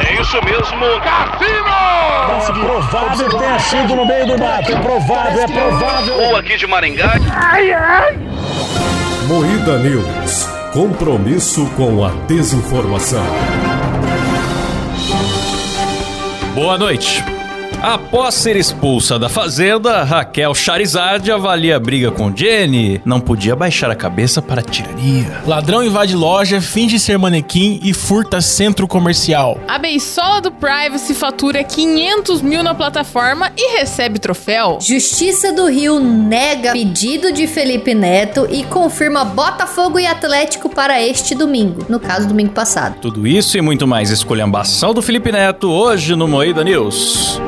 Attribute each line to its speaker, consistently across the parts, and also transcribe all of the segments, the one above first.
Speaker 1: É isso mesmo, Cassino!
Speaker 2: É provável que tenha sido no meio do mato. É provável, é provável.
Speaker 1: Ou aqui de Maringá.
Speaker 3: Moída News. Compromisso com a desinformação.
Speaker 4: Boa noite. Após ser expulsa da fazenda, Raquel Charizard avalia a briga com Jenny. Não podia baixar a cabeça para a tirania.
Speaker 5: Ladrão invade loja, finge ser manequim e furta centro comercial.
Speaker 6: A beisola do Privacy fatura 500 mil na plataforma e recebe troféu.
Speaker 7: Justiça do Rio nega pedido de Felipe Neto e confirma Botafogo e Atlético para este domingo. No caso, domingo passado.
Speaker 4: Tudo isso e muito mais esculhambação do Felipe Neto hoje no Moída News.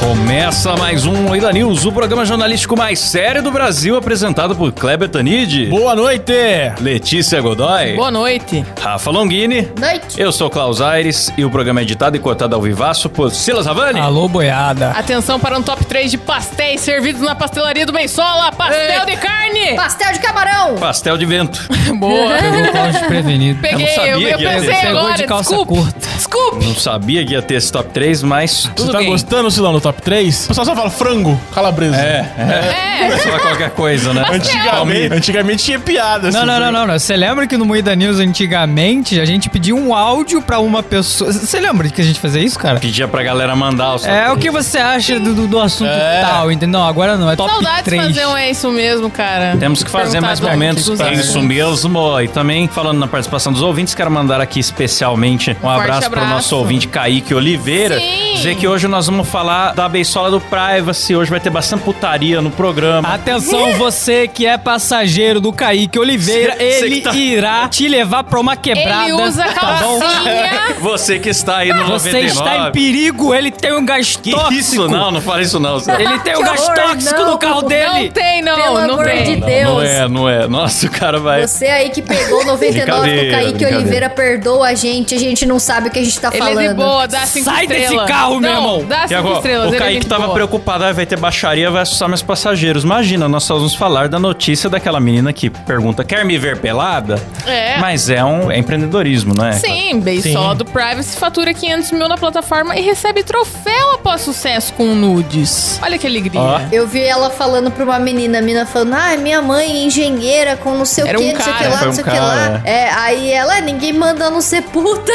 Speaker 4: Começa mais um Moída News, o programa jornalístico mais sério do Brasil, apresentado por Kleber Tanid,
Speaker 5: Boa noite!
Speaker 4: Letícia Godoy,
Speaker 6: Boa noite.
Speaker 4: Rafa Longini.
Speaker 7: Noite.
Speaker 4: Eu sou Klaus Aires e o programa é editado e cortado ao vivaço por Silas Havani.
Speaker 5: Alô, boiada.
Speaker 6: Atenção para um top 3 de pastéis servidos na pastelaria do Bensola. Pastel de carne!
Speaker 7: Pastel de camarão.
Speaker 4: Pastel de vento.
Speaker 6: Boa.
Speaker 8: Pegou o Klaus desprevenido.
Speaker 6: Peguei,
Speaker 4: sabia
Speaker 6: eu, eu
Speaker 4: que ia
Speaker 6: pensei
Speaker 4: ter.
Speaker 8: Pegou
Speaker 6: agora.
Speaker 8: de calça
Speaker 6: Desculpe.
Speaker 8: curta.
Speaker 6: Desculpe.
Speaker 4: Não sabia que ia ter esse top 3, mas
Speaker 5: Você
Speaker 4: tudo
Speaker 5: tá
Speaker 4: bem.
Speaker 5: gostando, Silão, no top 3? O pessoal só fala frango, calabresa.
Speaker 4: É, é.
Speaker 6: É.
Speaker 4: Só qualquer coisa, né?
Speaker 5: Antigamente, antigamente tinha piada.
Speaker 8: Não,
Speaker 5: assim,
Speaker 8: não, não,
Speaker 5: né?
Speaker 8: não, não. Você lembra que no Moída News antigamente a gente pedia um áudio pra uma pessoa. Você lembra que a gente fazia isso, cara?
Speaker 4: Pedia pra galera mandar o
Speaker 8: É, o que você acha do, do, do assunto
Speaker 5: É.
Speaker 8: tal, entendeu? Não, agora não, é top
Speaker 6: Saudades de
Speaker 8: 3.
Speaker 6: fazer um é isso mesmo, cara.
Speaker 4: Temos que fazer mais
Speaker 6: Perguntar
Speaker 4: momentos
Speaker 6: dos
Speaker 4: pra
Speaker 6: amigos.
Speaker 4: isso mesmo. E também, falando na participação dos ouvintes, quero mandar aqui especialmente um
Speaker 6: Forte
Speaker 4: abraço pro
Speaker 6: abraço.
Speaker 4: nosso ouvinte Kaique Oliveira.
Speaker 6: Sim.
Speaker 4: Dizer que hoje nós vamos falar da beisola do Privacy. Hoje vai ter bastante putaria no programa.
Speaker 8: Atenção, você que é passageiro do Kaique Oliveira,
Speaker 4: Cê- cê
Speaker 8: ele
Speaker 4: que tá-
Speaker 8: irá te levar pra uma quebrada.
Speaker 6: Ele usa
Speaker 8: tá bom?
Speaker 6: calcinha.
Speaker 4: Você que está aí no
Speaker 8: Você
Speaker 4: 99.
Speaker 8: está em perigo, ele tem um gás
Speaker 4: Que
Speaker 8: tóxico.
Speaker 4: isso? Não, não fala isso não. Zé.
Speaker 8: Ele tem um
Speaker 7: Que
Speaker 8: gás
Speaker 7: horror,
Speaker 8: tóxico
Speaker 7: não.
Speaker 8: no carro
Speaker 6: Não
Speaker 8: dele.
Speaker 6: tem, não.
Speaker 7: Pelo
Speaker 6: não
Speaker 7: amor
Speaker 6: tem.
Speaker 7: de
Speaker 4: Não,
Speaker 7: Deus.
Speaker 4: Não é, não é. Nossa, o cara vai...
Speaker 7: Você aí que pegou 99 do
Speaker 4: Brincadeira,
Speaker 7: Kaique
Speaker 4: brincadeira.
Speaker 7: Oliveira, perdoa a gente, a gente não sabe o que a gente tá
Speaker 6: Ele
Speaker 7: falando.
Speaker 6: é de boa, dá cinco
Speaker 8: Sai desse
Speaker 6: estrelas.
Speaker 8: carro, meu
Speaker 6: Não,
Speaker 8: irmão.
Speaker 6: Dá
Speaker 4: E
Speaker 6: cinco
Speaker 4: agora,
Speaker 6: estrelas.
Speaker 4: o
Speaker 6: ele é
Speaker 4: Kaique
Speaker 6: gente
Speaker 4: tava
Speaker 6: boa.
Speaker 4: preocupado, ah, vai ter baixaria, vai assustar meus passageiros. Imagina, nós só vamos falar da notícia daquela menina que pergunta, quer me ver pelada?
Speaker 6: É.
Speaker 4: Mas é um é empreendedorismo, né?
Speaker 6: Sim, bem só do Privacy fatura 500 mil na plataforma e recebe troféu após sucesso com nudes. Olha que alegria.
Speaker 4: Ó.
Speaker 7: Eu vi ela falando pra uma menina, a menina falando, ah, minha mãe é engenheira com não sei o
Speaker 6: Era
Speaker 7: que,
Speaker 6: um
Speaker 7: não sei o que
Speaker 6: cara. né?
Speaker 7: lá,
Speaker 4: Foi
Speaker 7: não
Speaker 4: um
Speaker 7: sei o que lá.
Speaker 4: cara,
Speaker 7: É, aí ela, ninguém manda não ser puta.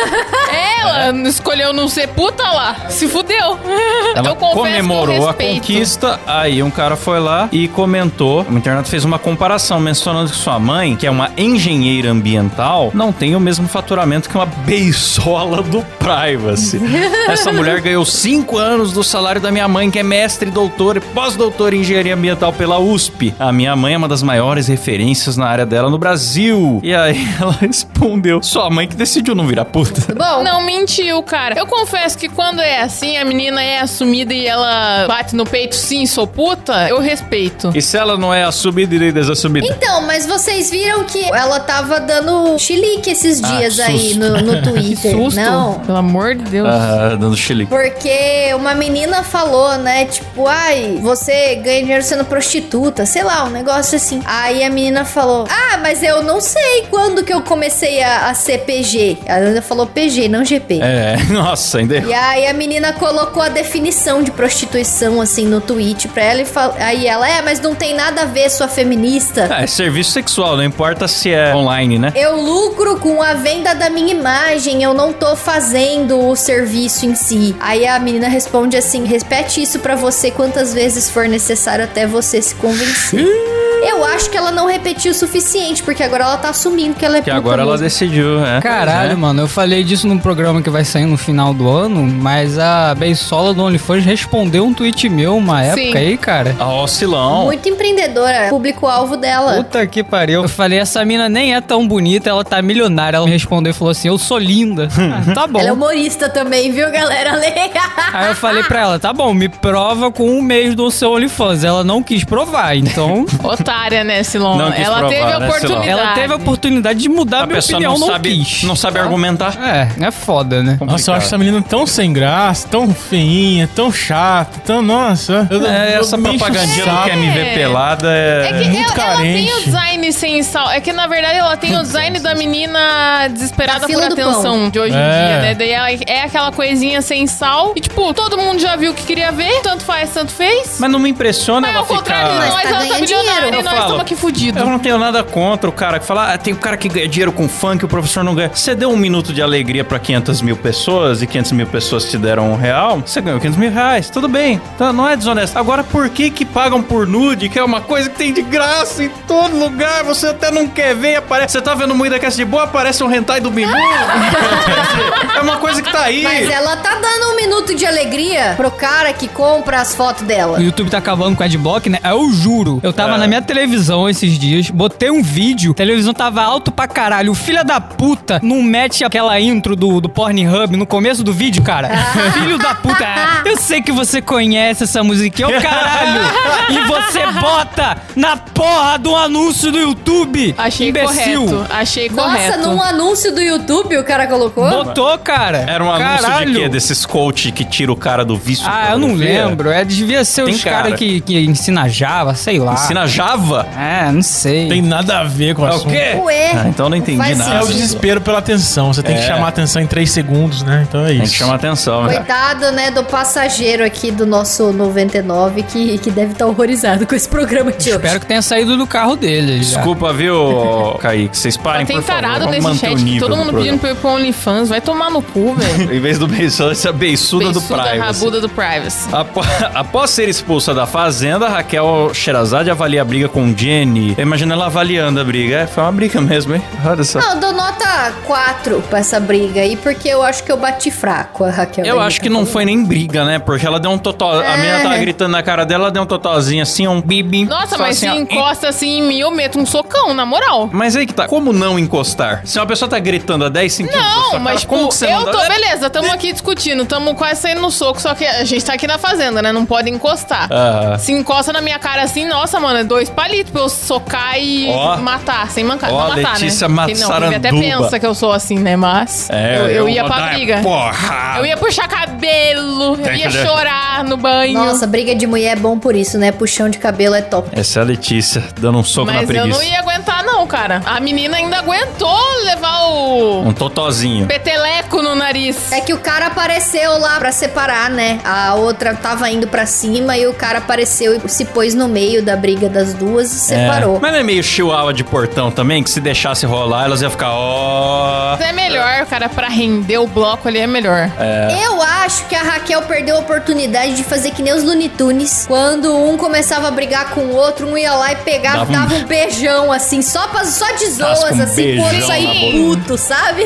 Speaker 6: Ela escolheu não ser puta lá. Se fudeu.
Speaker 4: É. Ela
Speaker 6: Eu confesso
Speaker 4: comemorou
Speaker 6: com
Speaker 4: a
Speaker 6: respeito.
Speaker 4: conquista, aí um cara foi lá e comentou, o internato fez uma comparação, mencionando que sua mãe, que é uma engenheira ambiental, não tem o mesmo faturamento que uma beisola do privacy. Essa mulher ganhou cinco anos do salário da minha mãe, que é mestre, doutora e pós-doutora em engenharia ambiental pela USP. A minha mãe é uma das maiores referências na área dela no Brasil. E aí ela respondeu, sua mãe que decidiu não virar puta.
Speaker 7: Bom,
Speaker 6: Não, mentiu, cara. Eu confesso que quando é assim, a menina é assumida e ela bate no peito, sim, sou puta, eu respeito.
Speaker 4: E se ela não é assumida e desassumida?
Speaker 7: então, mas vocês viram que ela tava dando chilique esses
Speaker 4: Ah,
Speaker 7: dias
Speaker 4: que
Speaker 7: aí
Speaker 4: susto.
Speaker 7: no, no
Speaker 6: Que
Speaker 7: Twitter.
Speaker 6: susto.
Speaker 7: Não.
Speaker 6: Pelo amor de Deus.
Speaker 4: Ah, dando chilique.
Speaker 7: Porque uma menina falou, né? Tipo, ai, você ganha dinheiro sendo prostituta, sei lá, um negócio assim. Aí a menina falou, ah, mas eu não sei quando que eu comecei a, a ser PG. Ela falou PG, não GP.
Speaker 4: É, nossa, ainda
Speaker 7: E aí a menina colocou a definição de prostituição, assim, no tweet pra ela e fal... aí ela, é, mas não tem nada a ver, sua feminista.
Speaker 4: Ah, é serviço sexual, não importa se é online, né?
Speaker 7: Eu lucro com a venda da minha imagem, eu não tô fazendo o serviço em si. Aí a menina responde assim: repete isso pra você quantas vezes for necessário até você se convencer. Eu acho que ela não repetiu o suficiente, porque agora ela tá assumindo que ela é
Speaker 4: Que agora ela
Speaker 7: mesmo.
Speaker 4: decidiu, é.
Speaker 8: Caralho,
Speaker 4: É.
Speaker 8: mano, eu falei disso num programa que vai sair no final do ano, mas a Beisola do OnlyFans respondeu um tweet meu uma
Speaker 6: Sim.
Speaker 8: época aí, cara.
Speaker 4: é. Ó, o Silão.
Speaker 7: Muito empreendedora, público-alvo dela.
Speaker 8: Puta que pariu. Eu falei, essa mina nem é tão bonita, ela tá milionária. Ela me respondeu e falou assim, eu sou linda. Ah, tá bom.
Speaker 7: Ela é humorista também, viu, galera? Legal.
Speaker 8: Aí eu falei pra ela, tá bom, me prova com um mês do seu OnlyFans. Ela não quis provar, então...
Speaker 6: otária, né, Silon?
Speaker 4: Não quis
Speaker 6: ela
Speaker 4: provar,
Speaker 6: teve a
Speaker 4: né, Silon?
Speaker 6: oportunidade.
Speaker 8: Ela teve a oportunidade de mudar a
Speaker 4: A
Speaker 8: minha
Speaker 4: pessoa
Speaker 8: opinião,
Speaker 4: não
Speaker 8: não,
Speaker 4: sabe,
Speaker 8: quis.
Speaker 4: não sabe argumentar.
Speaker 8: É, é foda, né?
Speaker 5: Nossa, eu acho essa menina tão sem graça, tão feinha, tão chata, tão. Então, Nossa. Eu,
Speaker 4: É,
Speaker 5: eu
Speaker 4: essa
Speaker 5: me encho o
Speaker 4: propagandinha do
Speaker 5: saco.
Speaker 4: quer me ver pelada
Speaker 6: É que
Speaker 4: é...
Speaker 5: muito
Speaker 6: ela, ela tem
Speaker 5: carente.
Speaker 6: o design sem sal. É que na verdade ela tem o design da menina
Speaker 7: Da
Speaker 6: desesperada por
Speaker 7: fila do
Speaker 6: atenção de hoje em
Speaker 5: É.
Speaker 6: dia, né? Daí ela é aquela coisinha sem sal. E tipo, todo mundo já viu o que queria ver. Tanto faz, tanto fez. Mas,
Speaker 4: Mas não me impressiona ela
Speaker 6: ao contrário,
Speaker 4: ficar...
Speaker 6: de nós,
Speaker 7: Mas tá
Speaker 6: ela tá
Speaker 7: ganhando
Speaker 6: milionária
Speaker 7: dinheiro.
Speaker 6: e
Speaker 4: Eu
Speaker 6: nós
Speaker 4: falo. é um
Speaker 6: estamos aqui fudidos.
Speaker 4: Eu não tenho nada contra o cara que fala, ah, tem um cara que ganha dinheiro com funk, o professor não ganha. Você deu um minuto de alegria pra 500 mil pessoas e 500 mil pessoas te deram um real, você ganhou 500 mil reais, tudo bem. Então não é desonesto. Agora, por que que pagam por nude, que é uma coisa que tem de graça em todo lugar, você até não quer ver, aparece... Você tá vendo muita cast de boa, aparece um hentai do Bimu. é uma coisa que tá aí.
Speaker 7: Mas ela tá dando um minuto de alegria pro cara que compra as fotos dela.
Speaker 8: O YouTube tá acabando com o adblock, né? Eu juro. Eu tava
Speaker 4: É.
Speaker 8: na minha televisão esses dias, botei um vídeo, a televisão tava alto pra caralho. O filho da puta não mete aquela intro do, do Pornhub no começo do vídeo, cara. filho da puta. ah, Eu sei que você conhece essa musiquinha, ô caralho. e você bota na porra do anúncio do YouTube.
Speaker 6: Achei
Speaker 8: imbecil.
Speaker 6: correto. Achei
Speaker 7: Nossa,
Speaker 6: é correto.
Speaker 7: num anúncio do YouTube o cara colocou?
Speaker 8: Botou, cara.
Speaker 4: Era um anúncio
Speaker 8: Caralho.
Speaker 4: de quê? Desses coach que tira o cara do vício? de
Speaker 8: Ah, eu não
Speaker 4: pornografia?
Speaker 8: lembro. É, devia ser
Speaker 4: Tem
Speaker 8: os
Speaker 4: cara.
Speaker 8: caras que, que ensina Java, sei lá.
Speaker 4: Ensina Java?
Speaker 8: É, não sei.
Speaker 5: Tem nada a ver com
Speaker 4: É o
Speaker 5: assunto.
Speaker 4: quê?
Speaker 7: Ué.
Speaker 4: Ah, então eu não entendi
Speaker 7: Faz
Speaker 4: nada.
Speaker 5: É o desespero pela atenção. Você tem que
Speaker 4: É.
Speaker 5: chamar a atenção em 3 segundos, né? Então é isso.
Speaker 4: Tem que chamar atenção, cara.
Speaker 7: Coitado, né, do passageiro aqui do nosso 99 que, que deve estar horrorizado com esse programa de hoje.
Speaker 8: Espero que tenha saído do carro dele. já.
Speaker 4: Desculpa, viu, Kaique? Vocês
Speaker 6: Só
Speaker 4: parem,
Speaker 6: tem
Speaker 4: por favor.
Speaker 6: tarado
Speaker 4: Vamos
Speaker 6: nesse
Speaker 4: manter o
Speaker 6: Tá chat que
Speaker 4: nível
Speaker 6: todo
Speaker 4: do
Speaker 6: mundo
Speaker 4: programa.
Speaker 6: pedindo pra eu ir pro OnlyFans. Vai tomar no cu, velho.
Speaker 4: Em vez do beiçuda, essa beiçuda do
Speaker 6: Beiçuda,
Speaker 4: Privacy.
Speaker 6: rabuda do Privacy.
Speaker 4: Apo- Após ser expulsa da fazenda, Raquel Sherazade avalia a briga com Jenny. Imagina ela avaliando a briga. É, foi uma briga mesmo, hein? Olha só.
Speaker 7: Não, eu dou nota 4 pra essa briga aí, porque eu acho que eu bati fraco a Raquel.
Speaker 4: Eu
Speaker 7: Daí
Speaker 4: acho
Speaker 7: tá
Speaker 4: que não
Speaker 7: falando.
Speaker 4: foi nem briga, né? Porque ela deu um totó.
Speaker 6: É.
Speaker 4: A menina tava gritando na cara dela, ela deu um totózinho assim, um bibi.
Speaker 6: Nossa,
Speaker 4: Só
Speaker 6: mas
Speaker 4: assim,
Speaker 6: se
Speaker 4: ó,
Speaker 6: encosta assim em mim, eu meto um socão, na moral.
Speaker 4: Mas aí que tá. Como não encostar? Se uma pessoa tá gritando a 10 centímetros. da sua
Speaker 6: Não,
Speaker 4: cara,
Speaker 6: mas tipo,
Speaker 4: como que você É
Speaker 6: eu
Speaker 4: não
Speaker 6: tô,
Speaker 4: dá-
Speaker 6: beleza, tamo aqui discutindo, tamo quase saindo no soco, só que a gente tá aqui na fazenda, né? Não pode encostar.
Speaker 4: Ah.
Speaker 6: Se encosta na minha cara assim, nossa, mano, é dois palitos pra eu socar e
Speaker 4: Ó.
Speaker 6: matar, sem mancar.
Speaker 4: Ó,
Speaker 6: não matar,
Speaker 4: Letícia
Speaker 6: né? Porque não, ele até
Speaker 4: Massaranduba.
Speaker 6: pensa que eu sou assim, né? Mas
Speaker 4: É,
Speaker 6: eu, eu ia
Speaker 4: vou
Speaker 6: pra
Speaker 4: dar
Speaker 6: briga.
Speaker 4: Porra!
Speaker 6: Eu ia puxar cabelo, eu ia chorar no banho.
Speaker 7: Nossa, briga de mulher é bom por isso, né? Puxão de cabelo é top.
Speaker 4: Essa é a Letícia, dando um soco na
Speaker 6: Mas eu
Speaker 4: preguiça.
Speaker 6: não ia aguentar, não, cara. A menina ainda aguentou levar o
Speaker 4: Um totozinho.
Speaker 6: peteleco no nariz.
Speaker 7: É que o cara apareceu lá pra separar, né? A outra tava indo pra cima e o cara apareceu e se pôs no meio da briga das duas e separou.
Speaker 4: É. Mas não é meio chihuahua de portão também, que se deixasse rolar, elas iam ficar, ó...
Speaker 6: É melhor, cara, pra render o bloco ali é melhor.
Speaker 7: Eu acho que a Raquel perdeu a oportunidade de fazer que nem os Looney Tunes. Quando um começava a brigar com o outro, um ia lá e pegava,
Speaker 4: Dava
Speaker 7: dava,
Speaker 4: um-
Speaker 7: um beijão, assim, só, pra, só de
Speaker 4: Tasca
Speaker 7: zoas,
Speaker 4: um
Speaker 7: assim,
Speaker 4: beijão
Speaker 7: quando
Speaker 6: na
Speaker 7: sair
Speaker 6: boca.
Speaker 7: puto, sabe?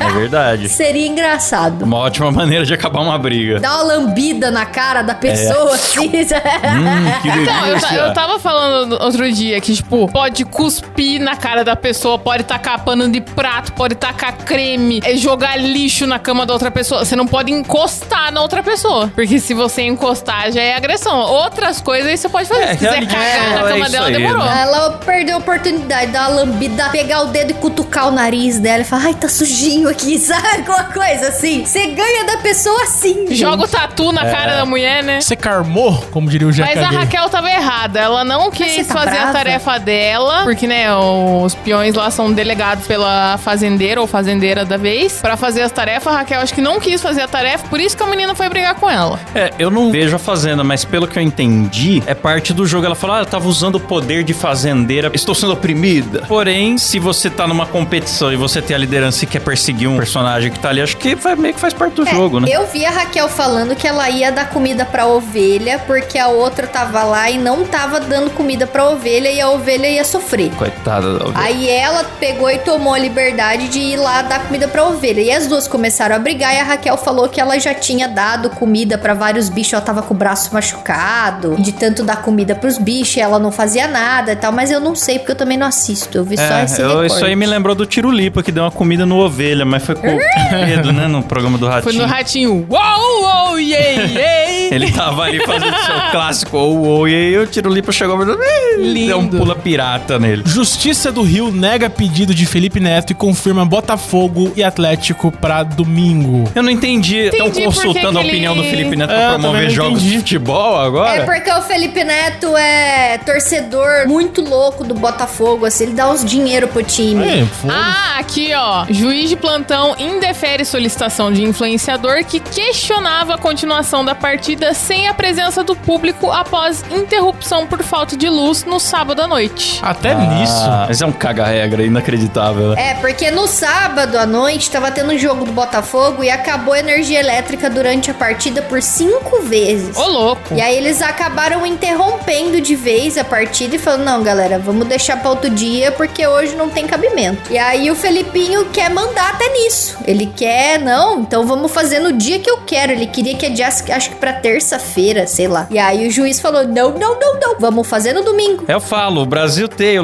Speaker 4: É verdade.
Speaker 7: Seria engraçado.
Speaker 4: Uma ótima maneira de acabar uma briga.
Speaker 7: Dar uma lambida na cara da pessoa, assim.
Speaker 4: É. Hum, que
Speaker 6: Então, eu, ta-
Speaker 4: delícia.
Speaker 6: eu tava falando no- outro dia que, tipo, pode cuspir na cara da pessoa, pode tacar pano de prato, pode tacar creme, é jogar lixo na cama da outra pessoa. Você não pode encostar na outra pessoa. Porque se você encostar, já é agressão. Outras coisas aí você pode fazer.
Speaker 4: É,
Speaker 6: se quiser
Speaker 4: realmente,
Speaker 6: cagar
Speaker 4: é,
Speaker 6: na
Speaker 4: é
Speaker 6: cama
Speaker 4: isso
Speaker 6: dela,
Speaker 4: aí,
Speaker 6: demorou.
Speaker 4: né?
Speaker 7: Ela perdeu a oportunidade de dar uma lambida, pegar o dedo e cutucar o nariz dela e falar, ai, tá sujinho aqui, sabe? Alguma coisa assim. Você ganha da pessoa assim. gente.
Speaker 6: Joga o tatu na
Speaker 4: É.
Speaker 6: cara da mulher, né?
Speaker 5: Você carmou, como diria o
Speaker 6: Mas
Speaker 5: Jacaré.
Speaker 6: a Raquel tava errada. Ela não
Speaker 7: você
Speaker 6: quis
Speaker 7: tá
Speaker 6: fazer
Speaker 7: brava?
Speaker 6: a tarefa dela, porque, né, os peões lá são delegados pela fazendeira ou fazendeira da vez pra fazer as tarefas. A Raquel acho que não quis fazer a tarefa, por isso que a menina foi brigar com ela.
Speaker 4: É, eu não vejo a fazenda, mas pelo que eu entendi, é parte do jogo. Ela fala, ah, eu tava usando o poder de fazendeira, estou sendo oprimida. Porém, se você tá numa competição e você tem a liderança e quer perseguir um personagem que tá ali, acho que vai- meio que faz parte do
Speaker 6: É,
Speaker 4: jogo, né?
Speaker 7: É, Eu vi a Raquel falando que ela ia dar comida pra ovelha, porque a outra tava lá e não tava dando comida pra ovelha e a ovelha ia sofrer.
Speaker 4: Coitada da ovelha.
Speaker 7: Aí ela pegou e tomou a liberdade de ir lá dar comida pra ovelha. E as duas começaram a brigar e a Raquel falou que ela já tinha dado comida pra vários bichos, ela tava com o braço machucado, de tanto dar comida pros bichos, e ela não fazia nada e tal, mas eu não sei porque eu também não assisto. visto. Eu vi só
Speaker 4: É,
Speaker 7: esse
Speaker 4: eu-
Speaker 7: recorte.
Speaker 4: isso aí me lembrou do Tirulipa, que deu uma comida no ovelha, mas foi com medo, né? No programa do
Speaker 6: Foi
Speaker 4: Ratinho.
Speaker 6: no ratinho. Uou, uou, yei, yei.
Speaker 4: Ele tava ali fazendo seu clássico, ou ou, e aí o Tirulipa chegou e deu um
Speaker 6: Lindo.
Speaker 4: pula pirata nele.
Speaker 5: Justiça do Rio nega pedido de Felipe Neto e confirma Botafogo e Atlético pra domingo.
Speaker 4: Eu não entendi. Estão
Speaker 6: Entendi
Speaker 4: consultando
Speaker 6: porque
Speaker 4: a
Speaker 6: que
Speaker 4: opinião do
Speaker 6: ele-
Speaker 4: Felipe Neto
Speaker 5: É, eu
Speaker 4: pra
Speaker 5: também
Speaker 4: promover
Speaker 5: não
Speaker 4: jogos de
Speaker 5: entendi.
Speaker 4: futebol agora?
Speaker 7: É porque o Felipe Neto é torcedor muito louco do Botafogo, assim, ele dá uns dinheiro pro time.
Speaker 5: É, foda.
Speaker 6: Ah, aqui ó. Juiz de plantão indefere solicitação de influenciador que questionava a continuação da partida sem a presença do público após interrupção por falta de luz no sábado à noite.
Speaker 5: Até
Speaker 4: Ah,
Speaker 5: nisso.
Speaker 4: Mas é um caga-regra inacreditável, né?
Speaker 7: É, porque no sábado à noite tava tendo um jogo do Botafogo e acabou a energia elétrica durante a partida por cinco vezes.
Speaker 6: Ô, louco.
Speaker 7: E aí eles acabaram interrompendo de vez a partida e falando: não, galera, vamos deixar pra outro dia porque hoje não tem cabimento. E aí o Felipinho quer mandar até nisso. Ele quer, não, então vamos fazer no dia que eu quero. Ele queria que adiasse, acho que pra terça-feira, sei lá. E aí o juiz falou: não, não, não, não, vamos fazer no domingo.
Speaker 4: Eu falo, o Brasil tem o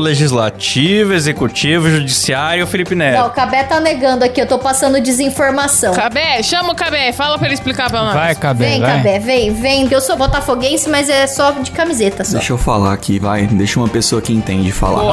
Speaker 4: legislativo, executivo, judiciário e o Felipe Neto.
Speaker 7: Não, o Cabé tá negando aqui, eu tô passando desinformação.
Speaker 6: Cabé, chama o Cabé, fala pra ele explicar pra nós.
Speaker 8: Vai, Cabé,
Speaker 7: Vem,
Speaker 8: vai.
Speaker 7: Cabé, vem, vem. Eu sou botafoguense, mas é só de camiseta só.
Speaker 9: Deixa eu falar aqui, vai. Deixa uma pessoa que entende falar.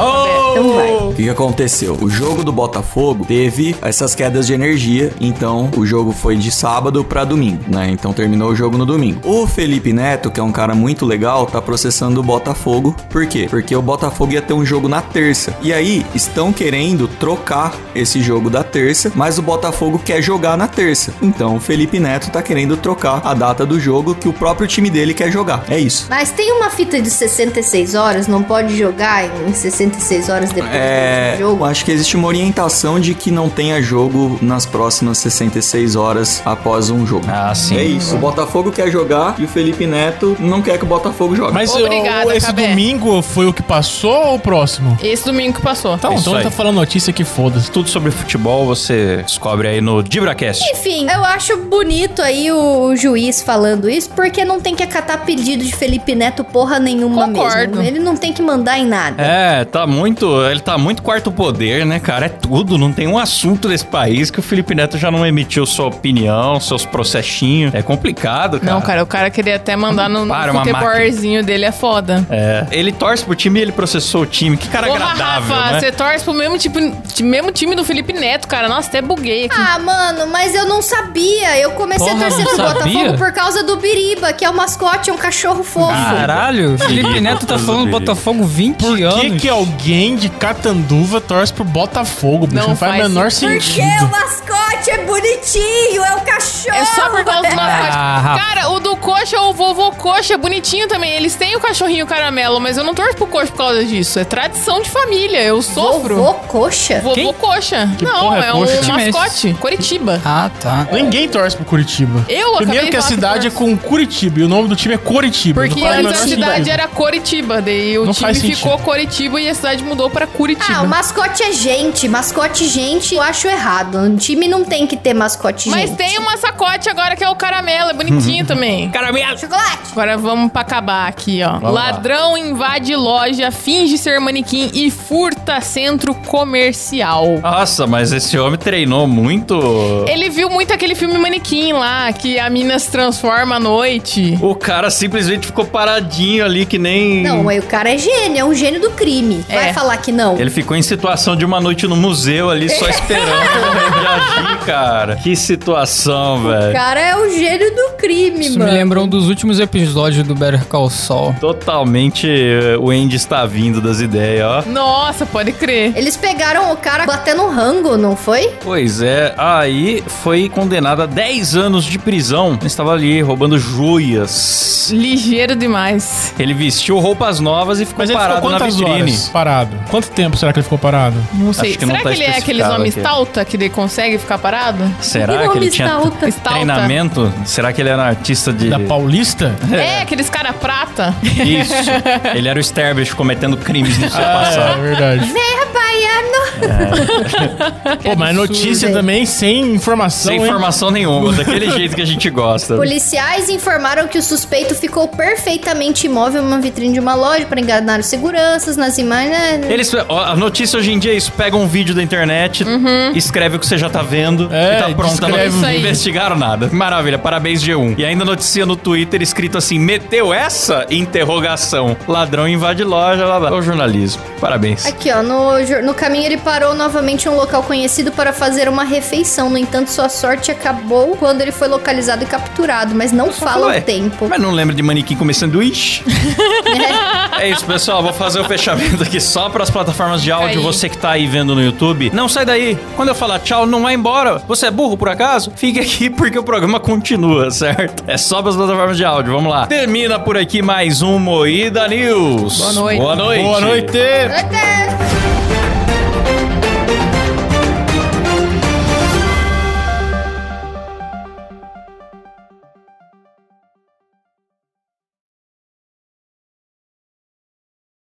Speaker 7: Então vai.
Speaker 9: O que, que aconteceu? O jogo do Botafogo teve essas quedas de energia, então o jogo foi de sábado pra domingo, né? Então terminou o jogo no domingo. O Felipe Neto, que é um cara muito legal, tá processando o Botafogo. Por quê? Porque o Botafogo ia ter um jogo na terça. E aí estão querendo trocar esse jogo da terça, mas o Botafogo quer jogar na terça. Então o Felipe Neto tá querendo trocar a data do jogo que o próprio time dele quer jogar. É isso.
Speaker 7: Mas tem uma fita de 66 horas, não pode jogar em 66 horas depois
Speaker 9: É,
Speaker 7: do jogo.
Speaker 9: acho que existe uma orientação de que não tenha jogo nas próximas 66 horas após um jogo.
Speaker 4: Ah, sim.
Speaker 9: É isso. O Botafogo quer jogar e o Felipe Neto não quer que o Botafogo jogue.
Speaker 5: Mas
Speaker 6: Obrigada,
Speaker 5: o- esse
Speaker 6: Cabé.
Speaker 5: domingo foi o que passou ou o próximo?
Speaker 6: Esse domingo que passou.
Speaker 5: Então,
Speaker 4: Isso
Speaker 5: então
Speaker 4: aí.
Speaker 5: tá falando notícia que foda-se.
Speaker 4: Tudo sobre futebol você descobre aí no DibraCast.
Speaker 7: Enfim, eu acho bonito aí o juiz falando isso, porque não tem que acatar pedido de Felipe Neto porra nenhuma
Speaker 6: Concordo.
Speaker 7: mesmo. Ele não tem que mandar em nada.
Speaker 4: É, tá muito. Ele tá muito quarto poder, né, cara? É tudo. Não tem um assunto nesse país que o Felipe Neto já não emitiu sua opinião, seus processinhos. É complicado, cara.
Speaker 6: Não, cara, o cara queria até mandar no,
Speaker 4: Para,
Speaker 6: no
Speaker 4: uma
Speaker 6: futebolzinho dele, é foda.
Speaker 4: É. Ele torce pro time e ele processou o time. Que cara
Speaker 6: Porra,
Speaker 4: agradável,
Speaker 6: Rafa,
Speaker 4: né?
Speaker 6: você torce pro mesmo, tipo, ti- mesmo time do Felipe Neto, cara. Nossa, até buguei aqui.
Speaker 7: Ah, mano, mas eu não sabia. Eu comecei
Speaker 8: Porra,
Speaker 7: a torcer
Speaker 8: não
Speaker 7: pro
Speaker 8: sabia?
Speaker 7: Botafogo por causa do Biriba, que é o mascote, é um cachorro fofo.
Speaker 8: Caralho, Felipe
Speaker 4: Perigo,
Speaker 8: Neto tá
Speaker 4: coisa
Speaker 8: falando do
Speaker 4: perigo.
Speaker 8: Botafogo 20
Speaker 5: Por que,
Speaker 8: anos.
Speaker 5: que alguém de Catanduva torce pro Botafogo, bicho? Não,
Speaker 6: Não
Speaker 5: faz o
Speaker 6: faz
Speaker 5: menor
Speaker 7: Porque
Speaker 5: sentido.
Speaker 7: o mascote é bonitinho, é o cachorro.
Speaker 6: É só por causa do mascote.
Speaker 8: Ah, Rafa.
Speaker 6: cara, o do coxa ou o vovô coxa é bonitinho também. Eles têm o cachorrinho caramelo, mas eu não torço pro coxa por causa disso. É tradição de família, eu sofro.
Speaker 7: Vovô coxa?
Speaker 6: Vovô
Speaker 8: Quem?
Speaker 6: coxa.
Speaker 5: Que
Speaker 6: não,
Speaker 5: porra é
Speaker 6: é,
Speaker 5: coxa?
Speaker 6: um
Speaker 8: Time é esse?
Speaker 6: mascote. Curitiba.
Speaker 8: Ah, tá.
Speaker 5: Ninguém torce pro Curitiba.
Speaker 6: Eu acabei
Speaker 5: Primeiro
Speaker 6: de
Speaker 5: que a
Speaker 6: falar que
Speaker 5: cidade é
Speaker 6: torce.
Speaker 5: com Curitiba e o nome do time é Coritiba.
Speaker 6: Porque
Speaker 5: Não faz o
Speaker 6: antes a
Speaker 5: menor
Speaker 6: cidade
Speaker 5: sentido.
Speaker 6: era Coritiba, daí o
Speaker 5: Não
Speaker 6: time
Speaker 5: faz sentido.
Speaker 6: ficou Coritiba e a cidade mudou pra Curitiba.
Speaker 7: Ah, o mascote é gente. Mascote gente, eu acho errado. Um time não tem que ter mascote
Speaker 6: Mas
Speaker 7: gente.
Speaker 6: tem um mascote agora que é o caramelo, é bonitinho também.
Speaker 8: Caramelo.
Speaker 7: É Chocolate!
Speaker 6: Agora vamos pra acabar aqui, ó.
Speaker 4: Vamos lá.
Speaker 6: Ladrão invade loja, finge ser manequim e furta centro comercial.
Speaker 4: Nossa, mas esse homem treinou muito.
Speaker 6: Ele viu muito aquele filme Manequim lá, que a mina se transforma à noite.
Speaker 4: O cara simplesmente ficou paradinho ali, que nem.
Speaker 7: Não, mas o cara é gênio, é um gênio do crime. Vai
Speaker 6: É.
Speaker 7: falar que não.
Speaker 4: Ele ficou em situação de uma noite no museu ali, só esperando ele agir, cara. Que situação,
Speaker 7: O
Speaker 4: velho.
Speaker 7: cara é o gênio do crime,
Speaker 8: Isso me
Speaker 7: mano.
Speaker 8: lembra um dos últimos episódios do Better Call Saul.
Speaker 4: Totalmente eh, o Andy está vindo das ideias, ó.
Speaker 6: Nossa, pode crer.
Speaker 7: Eles pegaram o cara batendo um rango, não foi?
Speaker 4: Pois é, aí foi condenado a 10 anos de prisão. Estava ali roubando joias.
Speaker 6: Ligeiro demais.
Speaker 4: Ele vestiu roupas novas e ficou
Speaker 5: Mas ele
Speaker 4: parado
Speaker 5: ficou
Speaker 4: na
Speaker 5: quantas
Speaker 4: vitrine.
Speaker 5: horas parado? Quanto tempo será que ele ficou parado?
Speaker 6: Não sei.
Speaker 4: Acho que
Speaker 6: Será
Speaker 4: não tá
Speaker 6: que ele é aqueles
Speaker 4: especificado
Speaker 6: homens
Speaker 4: aqui.
Speaker 6: talta que ele consegue ficar parado?
Speaker 7: Que
Speaker 4: Será que
Speaker 7: nome
Speaker 4: ele tinha
Speaker 7: stalta?
Speaker 6: Stalta.
Speaker 4: treinamento? Será que ele era artista de
Speaker 5: Da Paulista?
Speaker 6: É, aqueles cara prata.
Speaker 5: Ah,
Speaker 4: Isso. ele era o Sterbich cometendo crimes no seu passado.
Speaker 5: é verdade.
Speaker 7: Baiano!
Speaker 5: Pô, mas notícia
Speaker 7: hein?
Speaker 5: também sem informação.
Speaker 4: Sem
Speaker 5: hein?
Speaker 4: informação nenhuma, daquele jeito que a gente gosta.
Speaker 7: Policiais informaram que o suspeito ficou perfeitamente imóvel em uma vitrine de uma loja para enganar os seguranças nas imagens. né?
Speaker 4: Eles, ó, a notícia hoje em dia é isso: pega um vídeo da internet, escreve o que você já tá vendo
Speaker 5: É,
Speaker 4: e tá pronta.
Speaker 5: descreve.
Speaker 4: Não
Speaker 6: Isso aí.
Speaker 4: investigaram nada. Maravilha, parabéns G1. E ainda noticia no Twitter escrito assim: meteu essa? Interrogação. Ladrão invade loja, blá blá. O jornalismo. Parabéns.
Speaker 7: Aqui, ó, no, jor- no caminho ele parou novamente em um local conhecido para fazer uma refeição. No entanto, sua sorte acabou quando ele foi localizado e capturado, mas não fala
Speaker 4: Ué,
Speaker 7: o tempo.
Speaker 4: Mas não lembra de manequim comer sanduíche? é isso, pessoal. Vou fazer o fechamento aqui só para as plataformas de
Speaker 6: Aí.
Speaker 4: áudio. Você que tá aí vendo no YouTube, não sai daí. Quando eu falar tchau, não vai embora. Você é burro por acaso? Fique aqui porque o programa continua, certo? É só para as plataformas de áudio. Vamos lá. Termina por aqui mais um Moída News.
Speaker 6: Boa noite.
Speaker 4: Boa noite.
Speaker 5: Boa noite!
Speaker 7: Até!